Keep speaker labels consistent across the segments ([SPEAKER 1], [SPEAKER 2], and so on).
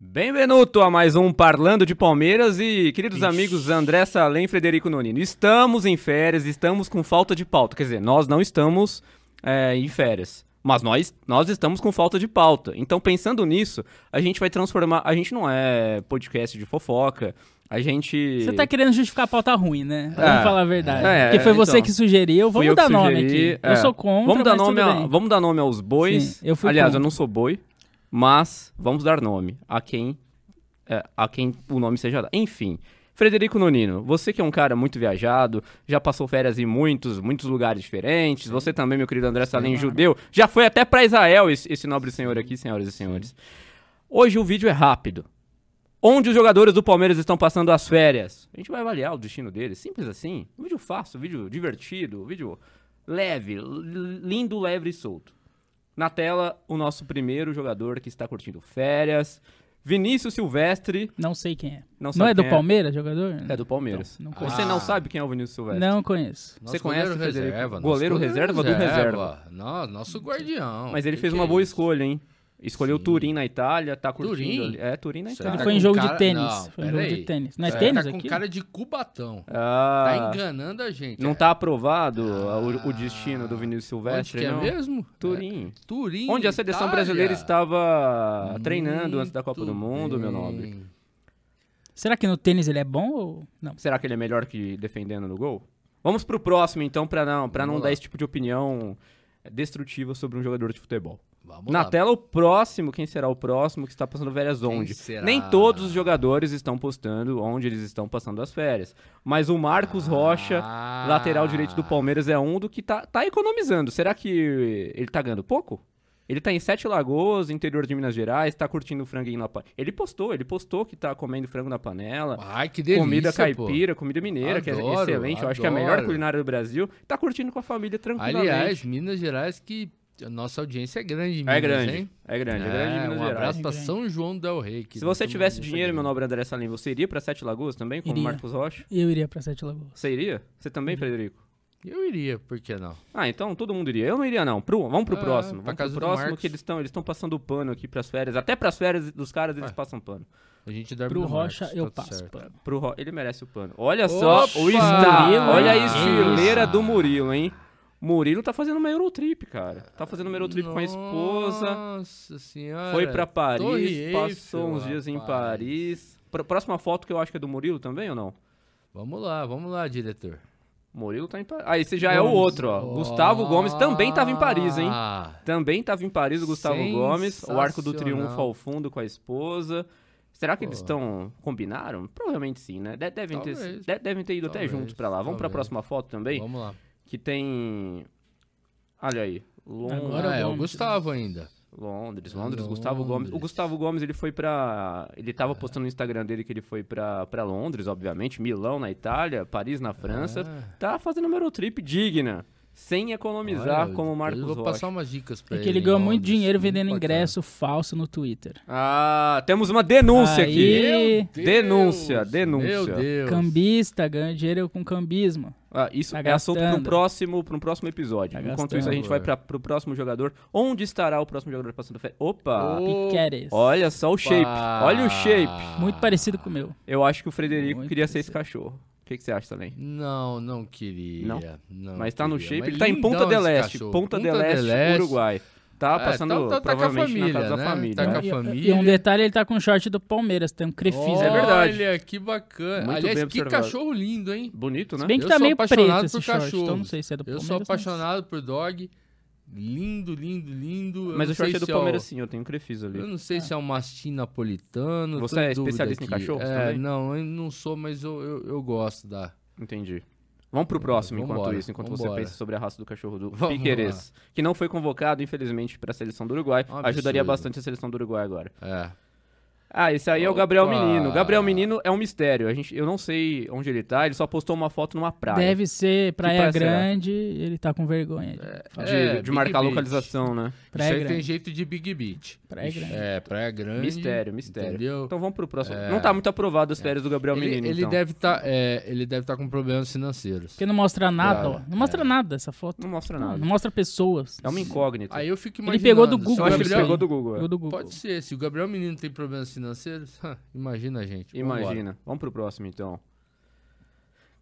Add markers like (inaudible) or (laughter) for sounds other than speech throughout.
[SPEAKER 1] Bem-venuto a mais um Parlando de Palmeiras e, queridos amigos André Salem e Frederico Nonino, estamos em férias, estamos com falta de pauta. Quer dizer, nós não estamos é, em férias, mas nós, nós estamos com falta de pauta. Então, pensando nisso, a gente vai transformar. A gente não é podcast de fofoca, a gente.
[SPEAKER 2] Você tá querendo justificar a pauta ruim, né? Vamos
[SPEAKER 1] É.
[SPEAKER 2] falar a verdade.
[SPEAKER 1] É,
[SPEAKER 2] Porque foi
[SPEAKER 1] então.
[SPEAKER 2] você que sugeriu.
[SPEAKER 1] Fui
[SPEAKER 2] Vamos
[SPEAKER 1] eu
[SPEAKER 2] dar
[SPEAKER 1] que
[SPEAKER 2] nome
[SPEAKER 1] sugeri,
[SPEAKER 2] aqui.
[SPEAKER 1] é.
[SPEAKER 2] Eu sou contra,
[SPEAKER 1] Vamos dar,
[SPEAKER 2] mas
[SPEAKER 1] nome
[SPEAKER 2] tudo
[SPEAKER 1] a-
[SPEAKER 2] bem.
[SPEAKER 1] vamos dar nome aos bois.
[SPEAKER 2] Sim, eu fui
[SPEAKER 1] Aliás,
[SPEAKER 2] contra.
[SPEAKER 1] eu não sou boi, mas vamos dar nome a quem é, a quem o nome seja dado. Enfim, Frederico Nonino, você que é um cara muito viajado, já passou férias em muitos, muitos lugares diferentes. Você também, meu querido André Salim, judeu, já foi até pra Israel esse, esse nobre senhor aqui, senhoras e senhores. Hoje o vídeo é rápido. Onde os jogadores do Palmeiras estão passando as férias? A gente vai avaliar o destino deles, simples assim. Um vídeo fácil, um vídeo divertido, um vídeo leve, l- lindo, leve e solto. Na tela, o nosso primeiro jogador que está curtindo férias, Vinícius Silvestre.
[SPEAKER 2] Não sei quem é.
[SPEAKER 1] Não
[SPEAKER 2] Não,
[SPEAKER 1] sabe
[SPEAKER 2] é do
[SPEAKER 1] quem é.
[SPEAKER 2] Palmeiras, jogador?
[SPEAKER 1] É do Palmeiras.
[SPEAKER 2] Não, não conheço.
[SPEAKER 1] Você não
[SPEAKER 3] Ah.
[SPEAKER 1] sabe quem é o Vinícius Silvestre?
[SPEAKER 2] Não conheço.
[SPEAKER 1] Você conhece o
[SPEAKER 3] goleiro
[SPEAKER 1] Frederico?
[SPEAKER 3] reserva, nosso
[SPEAKER 1] Goleiro reserva do
[SPEAKER 3] Nó- nosso guardião.
[SPEAKER 1] Mas ele
[SPEAKER 3] Que
[SPEAKER 1] fez
[SPEAKER 3] que
[SPEAKER 1] uma
[SPEAKER 3] é
[SPEAKER 1] boa
[SPEAKER 3] isso?
[SPEAKER 1] escolha, hein? Escolheu Turim na Itália, tá curtindo.
[SPEAKER 3] Turim?
[SPEAKER 1] ali. É, Turim na
[SPEAKER 3] Você
[SPEAKER 1] Itália.
[SPEAKER 3] tá
[SPEAKER 2] Foi em
[SPEAKER 3] com
[SPEAKER 2] jogo de
[SPEAKER 3] cara-
[SPEAKER 2] tênis.
[SPEAKER 3] Não,
[SPEAKER 2] Foi em jogo de
[SPEAKER 3] peraí.
[SPEAKER 2] tênis. Não é
[SPEAKER 3] Você
[SPEAKER 2] tênis
[SPEAKER 3] tá com
[SPEAKER 2] aqui?
[SPEAKER 3] cara de Cubatão.
[SPEAKER 1] Ah,
[SPEAKER 3] Tá enganando a gente.
[SPEAKER 1] não
[SPEAKER 3] é.
[SPEAKER 1] tá aprovado o, o destino do Vinícius
[SPEAKER 3] Onde
[SPEAKER 1] Silvestre,
[SPEAKER 3] que é
[SPEAKER 1] não?
[SPEAKER 3] mesmo?
[SPEAKER 1] Turim.
[SPEAKER 3] É. Turim.
[SPEAKER 1] Onde a seleção
[SPEAKER 3] Itália.
[SPEAKER 1] brasileira estava treinando antes da Copa
[SPEAKER 3] Muito
[SPEAKER 1] do Mundo, meu nobre.
[SPEAKER 3] bem.
[SPEAKER 2] Será que no tênis ele é bom ou não?
[SPEAKER 1] Será que ele é melhor que defendendo no gol? Vamos pro próximo, então, pra não, pra não
[SPEAKER 3] Vamos
[SPEAKER 1] dar
[SPEAKER 3] lá.
[SPEAKER 1] esse tipo de opinião destrutiva sobre um jogador de futebol.
[SPEAKER 3] Vamos
[SPEAKER 1] Na
[SPEAKER 3] lá.
[SPEAKER 1] tela, o próximo, quem será o próximo que está passando férias onde?
[SPEAKER 3] será?
[SPEAKER 1] Nem todos os jogadores estão postando onde eles estão passando as férias. Mas o Marcos Rocha,
[SPEAKER 3] Ah.
[SPEAKER 1] lateral direito do Palmeiras, é um do que tá, tá economizando. Será que ele tá ganhando pouco? Ele tá em Sete Lagoas, interior de Minas Gerais, tá curtindo o franguinho na panela. Ele postou, ele postou que tá comendo frango na panela.
[SPEAKER 3] Ai, Ah, que delícia,
[SPEAKER 1] comida
[SPEAKER 3] pô.
[SPEAKER 1] caipira, comida mineira, que é
[SPEAKER 3] Adoro,
[SPEAKER 1] excelente. Eu acho que é a melhor
[SPEAKER 3] adoro.
[SPEAKER 1] culinária do Brasil. Tá curtindo com a família tranquilamente.
[SPEAKER 3] Aliás, Minas Gerais, que a nossa audiência é grande em Minas,
[SPEAKER 1] é grande,
[SPEAKER 3] hein?
[SPEAKER 1] é grande, é grande em Minas
[SPEAKER 3] um
[SPEAKER 1] Gerais.
[SPEAKER 3] abraço pra
[SPEAKER 2] Grande.
[SPEAKER 3] São João del Rei. que
[SPEAKER 1] Se você
[SPEAKER 3] nós
[SPEAKER 1] tivesse
[SPEAKER 3] temos um
[SPEAKER 1] dinheiro, meu
[SPEAKER 3] grande.
[SPEAKER 1] nobre André Salim, você iria pra Sete Lagoas também, como
[SPEAKER 2] Iria.
[SPEAKER 1] Marcos Rocha?
[SPEAKER 2] Eu iria pra Sete Lagoas.
[SPEAKER 1] Você iria? Você também, Frederico?
[SPEAKER 3] Eu iria, por que não?
[SPEAKER 1] Ah, então todo mundo iria. Eu não iria, não. Pro- vamos pro
[SPEAKER 3] Ah,
[SPEAKER 1] próximo.
[SPEAKER 3] pra
[SPEAKER 1] Vamos
[SPEAKER 3] casa
[SPEAKER 1] pro
[SPEAKER 3] do
[SPEAKER 1] próximo
[SPEAKER 3] Marcos.
[SPEAKER 1] que eles estão eles estão passando pano aqui pras férias. Até pras férias dos caras,
[SPEAKER 3] É.
[SPEAKER 1] eles passam pano.
[SPEAKER 3] A gente dorme
[SPEAKER 2] Pro
[SPEAKER 3] no
[SPEAKER 2] Rocha
[SPEAKER 3] Marcos,
[SPEAKER 2] eu
[SPEAKER 3] tá tudo
[SPEAKER 2] passo. É
[SPEAKER 3] certo.
[SPEAKER 2] pano.
[SPEAKER 1] Pro Ro- Ele merece o pano. Olha só
[SPEAKER 3] Opa!
[SPEAKER 1] o está.
[SPEAKER 2] Murilo,
[SPEAKER 1] Olha a
[SPEAKER 2] hein?
[SPEAKER 1] estileira
[SPEAKER 3] Isso.
[SPEAKER 1] do Murilo, hein? Murilo tá fazendo uma Eurotrip, cara. Tá fazendo uma Eurotrip com a esposa.
[SPEAKER 3] Nossa senhora.
[SPEAKER 1] Foi pra Paris,
[SPEAKER 3] Torre Eiffel,
[SPEAKER 1] passou uns dias em
[SPEAKER 3] rapaz.
[SPEAKER 1] Paris. Pr- Próxima foto que eu acho que é do Murilo também ou não?
[SPEAKER 3] Vamos lá, vamos lá, diretor.
[SPEAKER 1] Murilo tá em Paris. Ah, esse já é o
[SPEAKER 2] Gomes.
[SPEAKER 1] outro, ó. Gustavo Gomes também tava em Paris, hein?
[SPEAKER 3] Ah,
[SPEAKER 1] Também tava em Paris o Gustavo Gomes. O arco do
[SPEAKER 3] Sensacional.
[SPEAKER 1] triunfo ao fundo com a esposa. Será que eles
[SPEAKER 3] Pô.
[SPEAKER 1] estão. Combinaram? Provavelmente sim, né? De- devem, ter,
[SPEAKER 3] Talvez.
[SPEAKER 1] de- devem ter ido até
[SPEAKER 3] Talvez,
[SPEAKER 1] juntos pra lá. Vamos pra
[SPEAKER 3] talvez.
[SPEAKER 1] próxima foto também?
[SPEAKER 3] Vamos lá.
[SPEAKER 1] Que tem. Olha aí. Lon-
[SPEAKER 2] Agora
[SPEAKER 3] ah, é, o
[SPEAKER 2] Gomes.
[SPEAKER 3] Gustavo ainda.
[SPEAKER 1] Londres, Londres,
[SPEAKER 3] Londres.
[SPEAKER 1] Gustavo Gomes. O Gustavo Gomes, ele foi pra. Ele tava postando no Instagram dele que ele foi pra, pra Londres, obviamente, Milão na Itália, Paris na França.
[SPEAKER 3] É.
[SPEAKER 1] Tá fazendo uma Eurotrip digna, sem economizar
[SPEAKER 3] Olha,
[SPEAKER 1] como o
[SPEAKER 3] depois
[SPEAKER 1] Marcos
[SPEAKER 3] Eu vou
[SPEAKER 1] Rocha.
[SPEAKER 3] passar umas dicas pra
[SPEAKER 2] É
[SPEAKER 3] ele.
[SPEAKER 2] que ele
[SPEAKER 3] em
[SPEAKER 2] ganhou muito
[SPEAKER 3] Londres,
[SPEAKER 2] dinheiro vendendo
[SPEAKER 3] bacana.
[SPEAKER 2] ingresso falso no Twitter.
[SPEAKER 1] Ah, temos uma denúncia aqui.
[SPEAKER 2] Aí,
[SPEAKER 3] Deus,
[SPEAKER 1] Denúncia, denúncia.
[SPEAKER 3] Meu Deus.
[SPEAKER 2] cambista, ganhando dinheiro com cambismo.
[SPEAKER 1] Ah, isso
[SPEAKER 2] Tá
[SPEAKER 1] é assunto para um
[SPEAKER 2] gastando.
[SPEAKER 1] próximo, pra um próximo episódio.
[SPEAKER 2] Tá
[SPEAKER 1] Enquanto
[SPEAKER 2] gastando.
[SPEAKER 1] isso, a gente vai para pro próximo jogador. Onde estará o próximo jogador passando férias? Opa!
[SPEAKER 3] Opa!
[SPEAKER 2] Piqueres.
[SPEAKER 1] Olha só o shape. Olha o shape.
[SPEAKER 2] Muito parecido com o meu.
[SPEAKER 1] Eu acho que o Frederico
[SPEAKER 2] Muito
[SPEAKER 1] queria ser esse cachorro. O que, que você acha também?
[SPEAKER 3] Não, não queria.
[SPEAKER 1] Não?
[SPEAKER 3] não
[SPEAKER 1] Mas tá no
[SPEAKER 3] queria.
[SPEAKER 1] shape.
[SPEAKER 3] Mas
[SPEAKER 1] Ele tá em Ponta
[SPEAKER 3] lindão
[SPEAKER 1] del
[SPEAKER 3] esse
[SPEAKER 1] Este.
[SPEAKER 3] cachorro.
[SPEAKER 1] Ponta del Este, Uruguai. Tá
[SPEAKER 3] É,
[SPEAKER 1] passando
[SPEAKER 3] tá- tá- tá com a
[SPEAKER 1] provavelmente na
[SPEAKER 3] família,
[SPEAKER 1] casa
[SPEAKER 3] né?
[SPEAKER 1] da família.
[SPEAKER 3] Tá com a
[SPEAKER 1] né?
[SPEAKER 2] E-
[SPEAKER 3] família.
[SPEAKER 2] E um detalhe, ele tá com short do Palmeiras, tem um crefis.
[SPEAKER 1] é verdade.
[SPEAKER 3] Olha, que bacana.
[SPEAKER 1] Muito
[SPEAKER 3] Aliás,
[SPEAKER 1] bem
[SPEAKER 3] que
[SPEAKER 1] observado.
[SPEAKER 3] cachorro lindo, hein?
[SPEAKER 1] Bonito, né?
[SPEAKER 2] Se bem que
[SPEAKER 3] Eu
[SPEAKER 2] tá
[SPEAKER 3] sou
[SPEAKER 2] meio
[SPEAKER 3] apaixonado
[SPEAKER 2] preto esse
[SPEAKER 3] por
[SPEAKER 2] short, então não
[SPEAKER 3] cachorros.
[SPEAKER 2] sei se é do
[SPEAKER 3] Eu
[SPEAKER 2] Palmeiras.
[SPEAKER 3] sou
[SPEAKER 2] mas-
[SPEAKER 3] apaixonado por dog. Lindo, lindo, lindo. Eu
[SPEAKER 1] Mas
[SPEAKER 3] não
[SPEAKER 1] o short
[SPEAKER 3] sei
[SPEAKER 1] é do
[SPEAKER 3] se
[SPEAKER 1] Palmeiras sim, eu tenho um Crefis
[SPEAKER 3] Eu
[SPEAKER 1] ali.
[SPEAKER 3] não sei se é um mastim napolitano.
[SPEAKER 1] Você
[SPEAKER 3] tô
[SPEAKER 1] é
[SPEAKER 3] dúvida
[SPEAKER 1] especialista em
[SPEAKER 3] aqui.
[SPEAKER 1] cachorros
[SPEAKER 3] é,
[SPEAKER 1] também?
[SPEAKER 3] Não, eu não sou, mas eu, eu, eu gosto da.
[SPEAKER 1] Entendi. Vamos pro próximo enquanto
[SPEAKER 3] Vambora,
[SPEAKER 1] isso, enquanto você
[SPEAKER 3] vambora.
[SPEAKER 1] pensa sobre a raça do cachorro do
[SPEAKER 3] Vamos
[SPEAKER 1] Piqueires, que não foi convocado, infelizmente, pra seleção do Uruguai.
[SPEAKER 3] Um
[SPEAKER 1] Ajudaria
[SPEAKER 3] absurdo.
[SPEAKER 1] bastante a seleção do Uruguai agora.
[SPEAKER 3] É.
[SPEAKER 1] Ah, esse aí é o Gabriel
[SPEAKER 3] Opa!
[SPEAKER 1] Menino. Gabriel Menino é um mistério. A gente, eu não sei onde ele tá, ele só postou uma foto numa praia.
[SPEAKER 2] Deve ser Praia
[SPEAKER 1] praia será?
[SPEAKER 2] Grande, ele tá com vergonha. de falar.
[SPEAKER 1] De,
[SPEAKER 3] É,
[SPEAKER 1] de
[SPEAKER 3] Big
[SPEAKER 1] marcar a
[SPEAKER 3] Beach.
[SPEAKER 1] localização, né?
[SPEAKER 2] Praia
[SPEAKER 3] Isso aí tem
[SPEAKER 2] Grande.
[SPEAKER 3] jeito de Big Beach.
[SPEAKER 2] Praia Grande.
[SPEAKER 3] É, Praia Grande.
[SPEAKER 1] Mistério, mistério.
[SPEAKER 3] Entendeu? É.
[SPEAKER 1] Então vamos pro próximo. Não tá muito aprovado as férias do Gabriel
[SPEAKER 3] ele,
[SPEAKER 1] Menino,
[SPEAKER 3] ele
[SPEAKER 1] então.
[SPEAKER 3] deve tá, é, ele deve estar com problemas financeiros.
[SPEAKER 2] Porque não mostra nada,
[SPEAKER 3] Cara,
[SPEAKER 2] ó. Não mostra nada essa foto.
[SPEAKER 1] Não mostra
[SPEAKER 2] Não,
[SPEAKER 1] nada.
[SPEAKER 2] mostra pessoas.
[SPEAKER 1] É uma incógnita.
[SPEAKER 3] Uhum. Aí eu fico
[SPEAKER 2] Ele
[SPEAKER 3] imaginando.
[SPEAKER 2] pegou do
[SPEAKER 3] se o
[SPEAKER 2] Google,
[SPEAKER 1] eu acho que ele
[SPEAKER 3] Gabriel-
[SPEAKER 1] pegou do Google. é.
[SPEAKER 2] Eu do Google.
[SPEAKER 3] Pode ser, se o Gabriel Menino tem problemas financeiros? (laughs) Ha, Imagina a gente. Tipo, Vambora.
[SPEAKER 1] Imagina. Vamos pro próximo, então.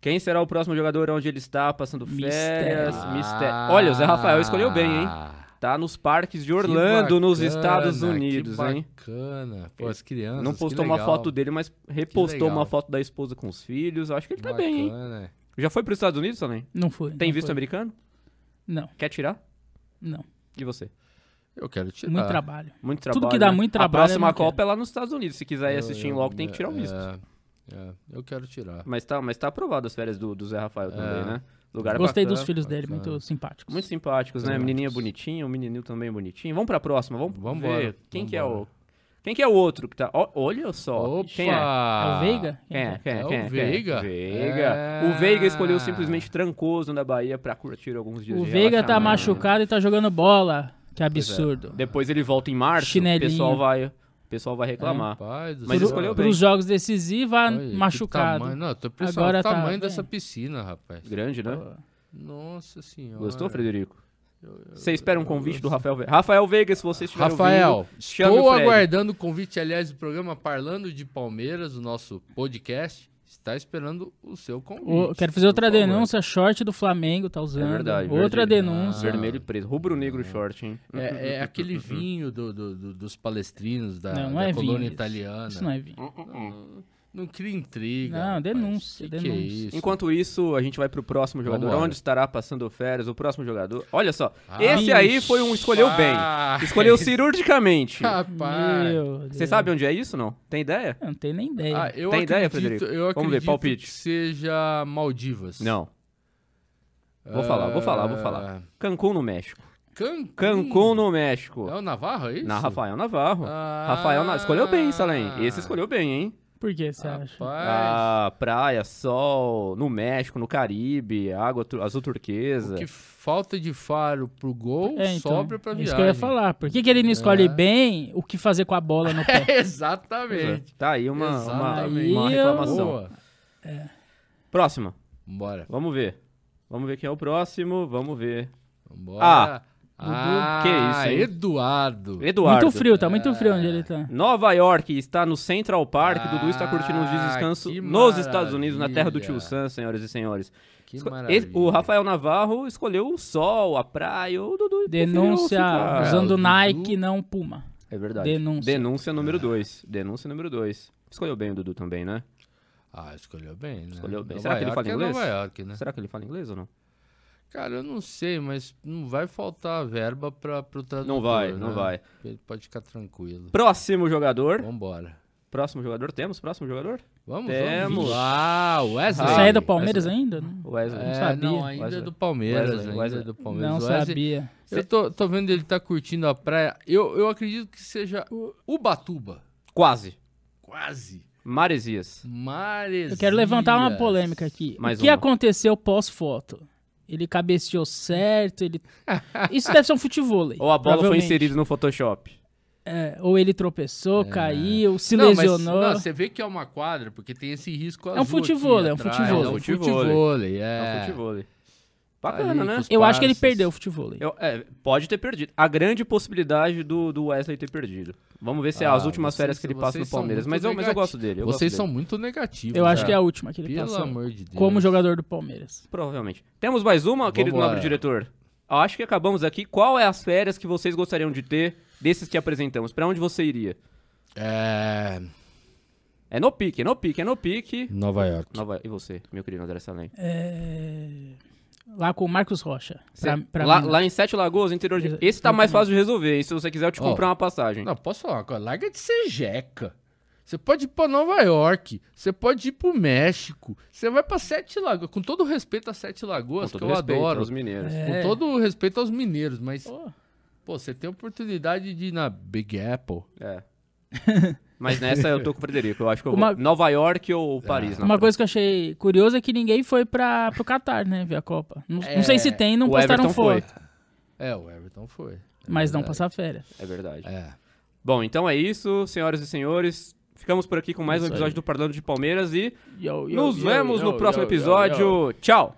[SPEAKER 1] Quem será o próximo jogador onde ele está passando
[SPEAKER 2] Mistério.
[SPEAKER 1] férias?
[SPEAKER 3] Ah,
[SPEAKER 1] Mistério. Olha, o Zé Rafael escolheu bem, hein? Tá nos parques de
[SPEAKER 3] que
[SPEAKER 1] Orlando, nos
[SPEAKER 3] bacana,
[SPEAKER 1] Estados Unidos,
[SPEAKER 3] que
[SPEAKER 1] hein?
[SPEAKER 3] Bacana. Pô, as crianças.
[SPEAKER 1] Não postou uma foto dele, mas repostou
[SPEAKER 3] legal.
[SPEAKER 1] uma foto da esposa com os filhos. Acho que ele tá bem, hein?
[SPEAKER 3] Bacana.
[SPEAKER 1] Já foi pros Estados Unidos também?
[SPEAKER 2] Não foi.
[SPEAKER 1] Tem
[SPEAKER 2] não
[SPEAKER 1] visto
[SPEAKER 2] foi.
[SPEAKER 1] americano?
[SPEAKER 2] Não,
[SPEAKER 1] Quer tirar?
[SPEAKER 2] não.
[SPEAKER 1] E você?
[SPEAKER 3] Eu quero tirar.
[SPEAKER 2] Muito trabalho.
[SPEAKER 1] Muito trabalho.
[SPEAKER 2] Tudo que dá
[SPEAKER 1] né?
[SPEAKER 2] muito
[SPEAKER 1] A
[SPEAKER 2] trabalho, eu
[SPEAKER 1] próxima
[SPEAKER 2] não quero.
[SPEAKER 1] Copa é lá nos Estados Unidos. Se quiser ir
[SPEAKER 3] Eu-
[SPEAKER 1] assistir em
[SPEAKER 3] eu-
[SPEAKER 1] logo, tem que tirar o
[SPEAKER 3] é,
[SPEAKER 1] visto.
[SPEAKER 3] é, eu quero tirar.
[SPEAKER 1] Mas, tá, mas tá aprovado as férias do, do Zé Rafael também,
[SPEAKER 3] É.
[SPEAKER 1] né? Lugar
[SPEAKER 2] Gostei
[SPEAKER 1] bacana.
[SPEAKER 2] dos filhos dele,
[SPEAKER 3] bacana.
[SPEAKER 2] muito simpáticos. É
[SPEAKER 1] Muito simpáticos, né? A
[SPEAKER 3] Simpáticos.
[SPEAKER 1] menininha bonitinha, o menininho também bonitinho. Vamos pra próxima, vamos
[SPEAKER 3] Vambora,
[SPEAKER 1] ver quem que é o...
[SPEAKER 3] vambora.
[SPEAKER 1] Quem que é o outro que tá... ó, olha só,
[SPEAKER 3] Opa!
[SPEAKER 1] quem é?
[SPEAKER 2] É o Veiga?
[SPEAKER 1] Quem é? Quem é?
[SPEAKER 3] É o
[SPEAKER 1] Quem é? Quem é?
[SPEAKER 3] Veiga.
[SPEAKER 1] Veiga.
[SPEAKER 3] É.
[SPEAKER 1] O Veiga escolheu simplesmente Trancoso da Bahia pra curtir alguns dias
[SPEAKER 2] O
[SPEAKER 1] de
[SPEAKER 2] Veiga tá
[SPEAKER 1] relaxamento.
[SPEAKER 2] machucado e tá jogando bola. Que
[SPEAKER 1] é né? Pois é.
[SPEAKER 2] absurdo.
[SPEAKER 1] Depois ele volta em março,
[SPEAKER 2] Chinelinho.
[SPEAKER 1] o pessoal vai, o pessoal vai reclamar.
[SPEAKER 3] Rapaz do
[SPEAKER 1] Mas
[SPEAKER 3] céu.
[SPEAKER 1] escolheu bem.
[SPEAKER 2] Pros jogos decisivos, ah,
[SPEAKER 3] Olha, que
[SPEAKER 2] machucado.
[SPEAKER 3] tamanho- Não, eu tô impressionado
[SPEAKER 2] Agora
[SPEAKER 3] Agora o
[SPEAKER 2] tá
[SPEAKER 3] tamanho
[SPEAKER 2] bem.
[SPEAKER 3] dessa piscina, rapaz.
[SPEAKER 1] Grande, né?
[SPEAKER 3] Nossa senhora.
[SPEAKER 1] Gostou, Frederico?
[SPEAKER 3] Eu- eu-
[SPEAKER 1] Você espera um convite do
[SPEAKER 3] eu-
[SPEAKER 1] Rafael Veiga? Rafael Veiga, se você estiver ouvindo...
[SPEAKER 3] Rafael,
[SPEAKER 1] chame o
[SPEAKER 3] estou
[SPEAKER 1] Fred.
[SPEAKER 3] aguardando o convite, aliás, do programa Parlando de Palmeiras, o nosso podcast. Está esperando o seu convite.
[SPEAKER 2] Ô, quero fazer outra
[SPEAKER 3] por favor.
[SPEAKER 2] denúncia, short do Flamengo tá usando.
[SPEAKER 1] É verdade.
[SPEAKER 2] outra
[SPEAKER 1] vermelho.
[SPEAKER 2] denúncia.
[SPEAKER 1] Vermelho e preto. Rubro-negro e short, hein?
[SPEAKER 3] É, é aquele vinho do- do- do- dos palestrinos da,
[SPEAKER 2] Não, não
[SPEAKER 3] da
[SPEAKER 2] é vinho
[SPEAKER 3] colônia
[SPEAKER 2] isso.
[SPEAKER 3] italiana.
[SPEAKER 2] Isso não é vinho.
[SPEAKER 3] Não cria intriga.
[SPEAKER 2] Não,
[SPEAKER 3] rapaz.
[SPEAKER 2] denúncia,
[SPEAKER 3] Que
[SPEAKER 2] denúncia.
[SPEAKER 3] Que é isso?
[SPEAKER 1] Enquanto isso, a gente vai pro próximo jogador.
[SPEAKER 3] Vambora.
[SPEAKER 1] Onde estará passando férias o próximo jogador? Olha só,
[SPEAKER 3] Ah,
[SPEAKER 1] esse aí foi um escolheu bem.
[SPEAKER 3] rapaz.
[SPEAKER 1] Escolheu cirurgicamente.
[SPEAKER 3] Ah, (laughs) Rapaz.
[SPEAKER 2] Meu Deus.
[SPEAKER 1] Você sabe onde é isso, não? Tem ideia?
[SPEAKER 2] Eu não tenho nem ideia.
[SPEAKER 3] Ah, eu
[SPEAKER 1] Tem
[SPEAKER 3] acredito,
[SPEAKER 1] ideia, Frederico?
[SPEAKER 3] Eu
[SPEAKER 1] Vamos ver,
[SPEAKER 3] acredito
[SPEAKER 1] palpite.
[SPEAKER 3] que seja Maldivas.
[SPEAKER 1] Não. Vou falar, vou falar, vou falar. Cancún no México.
[SPEAKER 3] Ah, Cancún.
[SPEAKER 1] Cancún no México.
[SPEAKER 3] É o Navarro, é isso?
[SPEAKER 1] Na Rafael Navarro.
[SPEAKER 3] Ah.
[SPEAKER 1] Rafael Navarro. Escolheu bem, Salem. Esse escolheu bem, hein?
[SPEAKER 2] Por que você
[SPEAKER 3] Rapaz.
[SPEAKER 2] acha?
[SPEAKER 1] Ah, praia, sol, no México, no Caribe, água tu- azul turquesa.
[SPEAKER 3] Que falta de faro pro gol,
[SPEAKER 2] É, então,
[SPEAKER 3] sobra pra
[SPEAKER 2] é
[SPEAKER 3] viagem.
[SPEAKER 2] Isso que eu ia falar. Por que, que ele não escolhe
[SPEAKER 3] É.
[SPEAKER 2] bem o que fazer com a bola no pé?
[SPEAKER 3] (laughs) Exatamente.
[SPEAKER 1] Tá aí uma, uma,
[SPEAKER 3] Exatamente.
[SPEAKER 1] uma reclamação.
[SPEAKER 3] Boa.
[SPEAKER 1] Próxima.
[SPEAKER 3] Bora.
[SPEAKER 1] Vamos ver. Vamos ver quem é o próximo. Vamos ver.
[SPEAKER 3] Bora.
[SPEAKER 1] Ah.
[SPEAKER 3] Ah,
[SPEAKER 1] Que isso, hein?
[SPEAKER 3] Eduardo.
[SPEAKER 1] Eduardo.
[SPEAKER 2] Muito frio, tá muito frio onde ele tá.
[SPEAKER 1] Nova York está no Central Park.
[SPEAKER 3] Ah,
[SPEAKER 1] Dudu está curtindo um descanso
[SPEAKER 3] que
[SPEAKER 1] nos Estados Unidos, na terra do tio
[SPEAKER 3] maravilha.
[SPEAKER 1] Sam, senhoras e senhores.
[SPEAKER 3] Que
[SPEAKER 1] Esco-
[SPEAKER 3] maravilha.
[SPEAKER 1] esse- o Rafael Navarro escolheu o sol, a praia. O Dudu preferiu
[SPEAKER 2] Denúncia
[SPEAKER 1] ficar-
[SPEAKER 2] usando
[SPEAKER 3] o
[SPEAKER 2] Nike,
[SPEAKER 3] Dudu-
[SPEAKER 2] não Puma.
[SPEAKER 1] É verdade.
[SPEAKER 2] denúncia.
[SPEAKER 1] Denúncia número 2. Denúncia número 2. Escolheu bem o Dudu também, né?
[SPEAKER 3] Ah, escolheu bem, né?
[SPEAKER 1] Escolheu bem.
[SPEAKER 3] Nova
[SPEAKER 1] Será que ele fala
[SPEAKER 3] York é
[SPEAKER 1] inglês?
[SPEAKER 3] Nova York, né?
[SPEAKER 1] Será que ele fala inglês ou não?
[SPEAKER 3] Cara, eu não sei, mas não vai faltar verba para pro tradutor.
[SPEAKER 1] Não vai,
[SPEAKER 3] né?
[SPEAKER 1] não vai.
[SPEAKER 3] Ele pode ficar tranquilo.
[SPEAKER 1] Próximo jogador.
[SPEAKER 3] Vambora.
[SPEAKER 1] Próximo jogador. Temos próximo jogador?
[SPEAKER 3] Vamos,
[SPEAKER 1] Temos.
[SPEAKER 3] vamos. Ah, Wesley.
[SPEAKER 1] Ah,
[SPEAKER 2] Você é do
[SPEAKER 1] Wesley.
[SPEAKER 2] Palmeiras ainda? Não,
[SPEAKER 1] Wesley.
[SPEAKER 3] É,
[SPEAKER 2] sabia.
[SPEAKER 3] não, ainda
[SPEAKER 1] Wesley.
[SPEAKER 3] é do Palmeiras.
[SPEAKER 1] Wesley,
[SPEAKER 3] ainda
[SPEAKER 1] Wesley.
[SPEAKER 3] é do Palmeiras.
[SPEAKER 2] não
[SPEAKER 3] Wesley,
[SPEAKER 2] sabia.
[SPEAKER 3] Eu tô, tô vendo ele tá curtindo a praia. Eu, eu acredito que seja Ubatuba.
[SPEAKER 1] Quase.
[SPEAKER 3] Quase.
[SPEAKER 1] Maresias.
[SPEAKER 3] Maresias.
[SPEAKER 2] Eu quero levantar uma polêmica aqui.
[SPEAKER 1] Mais
[SPEAKER 2] o que
[SPEAKER 1] uma.
[SPEAKER 2] aconteceu pós-foto? Ele cabeceou certo, ele... Isso deve ser um futebol.
[SPEAKER 1] Ou a bola foi inserida no Photoshop.
[SPEAKER 2] ou ele tropeçou, caiu, se
[SPEAKER 3] Não, mas-
[SPEAKER 2] lesionou.
[SPEAKER 3] não, você vê que é uma quadra, porque tem esse risco azul
[SPEAKER 2] um futevôlei,
[SPEAKER 3] aqui
[SPEAKER 2] é um
[SPEAKER 3] atrás.
[SPEAKER 2] futevôlei.
[SPEAKER 3] É um
[SPEAKER 1] Futevôlei.
[SPEAKER 3] futevôlei,
[SPEAKER 1] É, um
[SPEAKER 3] é.
[SPEAKER 1] futebol. Bacana,
[SPEAKER 3] Ali,
[SPEAKER 1] né?
[SPEAKER 3] com os
[SPEAKER 2] Eu acho que ele
[SPEAKER 3] passes.
[SPEAKER 2] perdeu o futebol.
[SPEAKER 1] Eu- é, pode ter perdido. A grande possibilidade do, do Wesley ter perdido. Vamos ver se é
[SPEAKER 3] Ah,
[SPEAKER 1] as últimas
[SPEAKER 3] vocês-
[SPEAKER 1] férias que ele passa no
[SPEAKER 3] vocês são
[SPEAKER 1] Palmeiras.
[SPEAKER 3] muito
[SPEAKER 1] Mas eu, mas eu
[SPEAKER 3] negati-
[SPEAKER 1] gosto dele. eu
[SPEAKER 3] Vocês
[SPEAKER 1] gosto
[SPEAKER 3] são
[SPEAKER 1] dele.
[SPEAKER 3] muito negativos.
[SPEAKER 2] Eu acho
[SPEAKER 3] cara.
[SPEAKER 2] que é a última que ele
[SPEAKER 3] Pelo
[SPEAKER 2] passou.
[SPEAKER 3] amor de Deus.
[SPEAKER 2] Como jogador do Palmeiras.
[SPEAKER 1] Provavelmente. Temos mais uma, querido
[SPEAKER 3] Vambora.
[SPEAKER 1] nobre diretor? Acho que acabamos aqui. Qual é as férias que vocês gostariam de ter desses que apresentamos? Pra onde você iria?
[SPEAKER 3] É.
[SPEAKER 1] É no pique, é no pique, é no pique.
[SPEAKER 3] Nova York.
[SPEAKER 1] Nova... E você, meu querido André Salem?
[SPEAKER 2] É, Lá com o Marcos Rocha. Pra,
[SPEAKER 1] Cê-
[SPEAKER 2] pra
[SPEAKER 1] lá,
[SPEAKER 2] mim,
[SPEAKER 1] lá em Sete Lagoas, interior de...
[SPEAKER 2] Exa-
[SPEAKER 1] Esse tá mais fácil de resolver, hein? Se você quiser, eu te
[SPEAKER 3] Ó.
[SPEAKER 1] comprar uma passagem.
[SPEAKER 3] Não, posso falar uma coisa? Larga de ser jeca. Você pode ir pra Nova York, você pode ir pro México, você vai pra Sete Lagoas. Com todo o respeito a Sete Lagoas, que eu adoro.
[SPEAKER 1] Os mineiros.
[SPEAKER 3] Com
[SPEAKER 2] É.
[SPEAKER 3] todo o respeito aos mineiros, mas,
[SPEAKER 2] Pô,
[SPEAKER 3] pô, você tem a oportunidade de ir na Big Apple.
[SPEAKER 1] É. Mas nessa eu tô com o Frederico. Eu acho que eu
[SPEAKER 2] Uma-
[SPEAKER 1] vou Nova York ou Paris. na
[SPEAKER 2] uma
[SPEAKER 1] França.
[SPEAKER 2] coisa que eu achei curiosa é que ninguém foi pra, pro Catar, né? Ver a Copa. Não, não sei se tem, não
[SPEAKER 1] o
[SPEAKER 2] postaram
[SPEAKER 1] Everton foi.
[SPEAKER 2] foto.
[SPEAKER 3] É, o Everton foi.
[SPEAKER 2] Mas não passar férias.
[SPEAKER 1] É verdade.
[SPEAKER 3] É.
[SPEAKER 1] Bom, então é isso, senhoras e senhores. Ficamos por aqui com mais um
[SPEAKER 3] Isso aí.
[SPEAKER 1] episódio do Parlando de Palmeiras e
[SPEAKER 2] Yo, yo,
[SPEAKER 1] nos
[SPEAKER 2] yo,
[SPEAKER 1] vemos
[SPEAKER 2] yo,
[SPEAKER 1] no próximo
[SPEAKER 2] yo, yo, yo.
[SPEAKER 1] episódio. Tchau!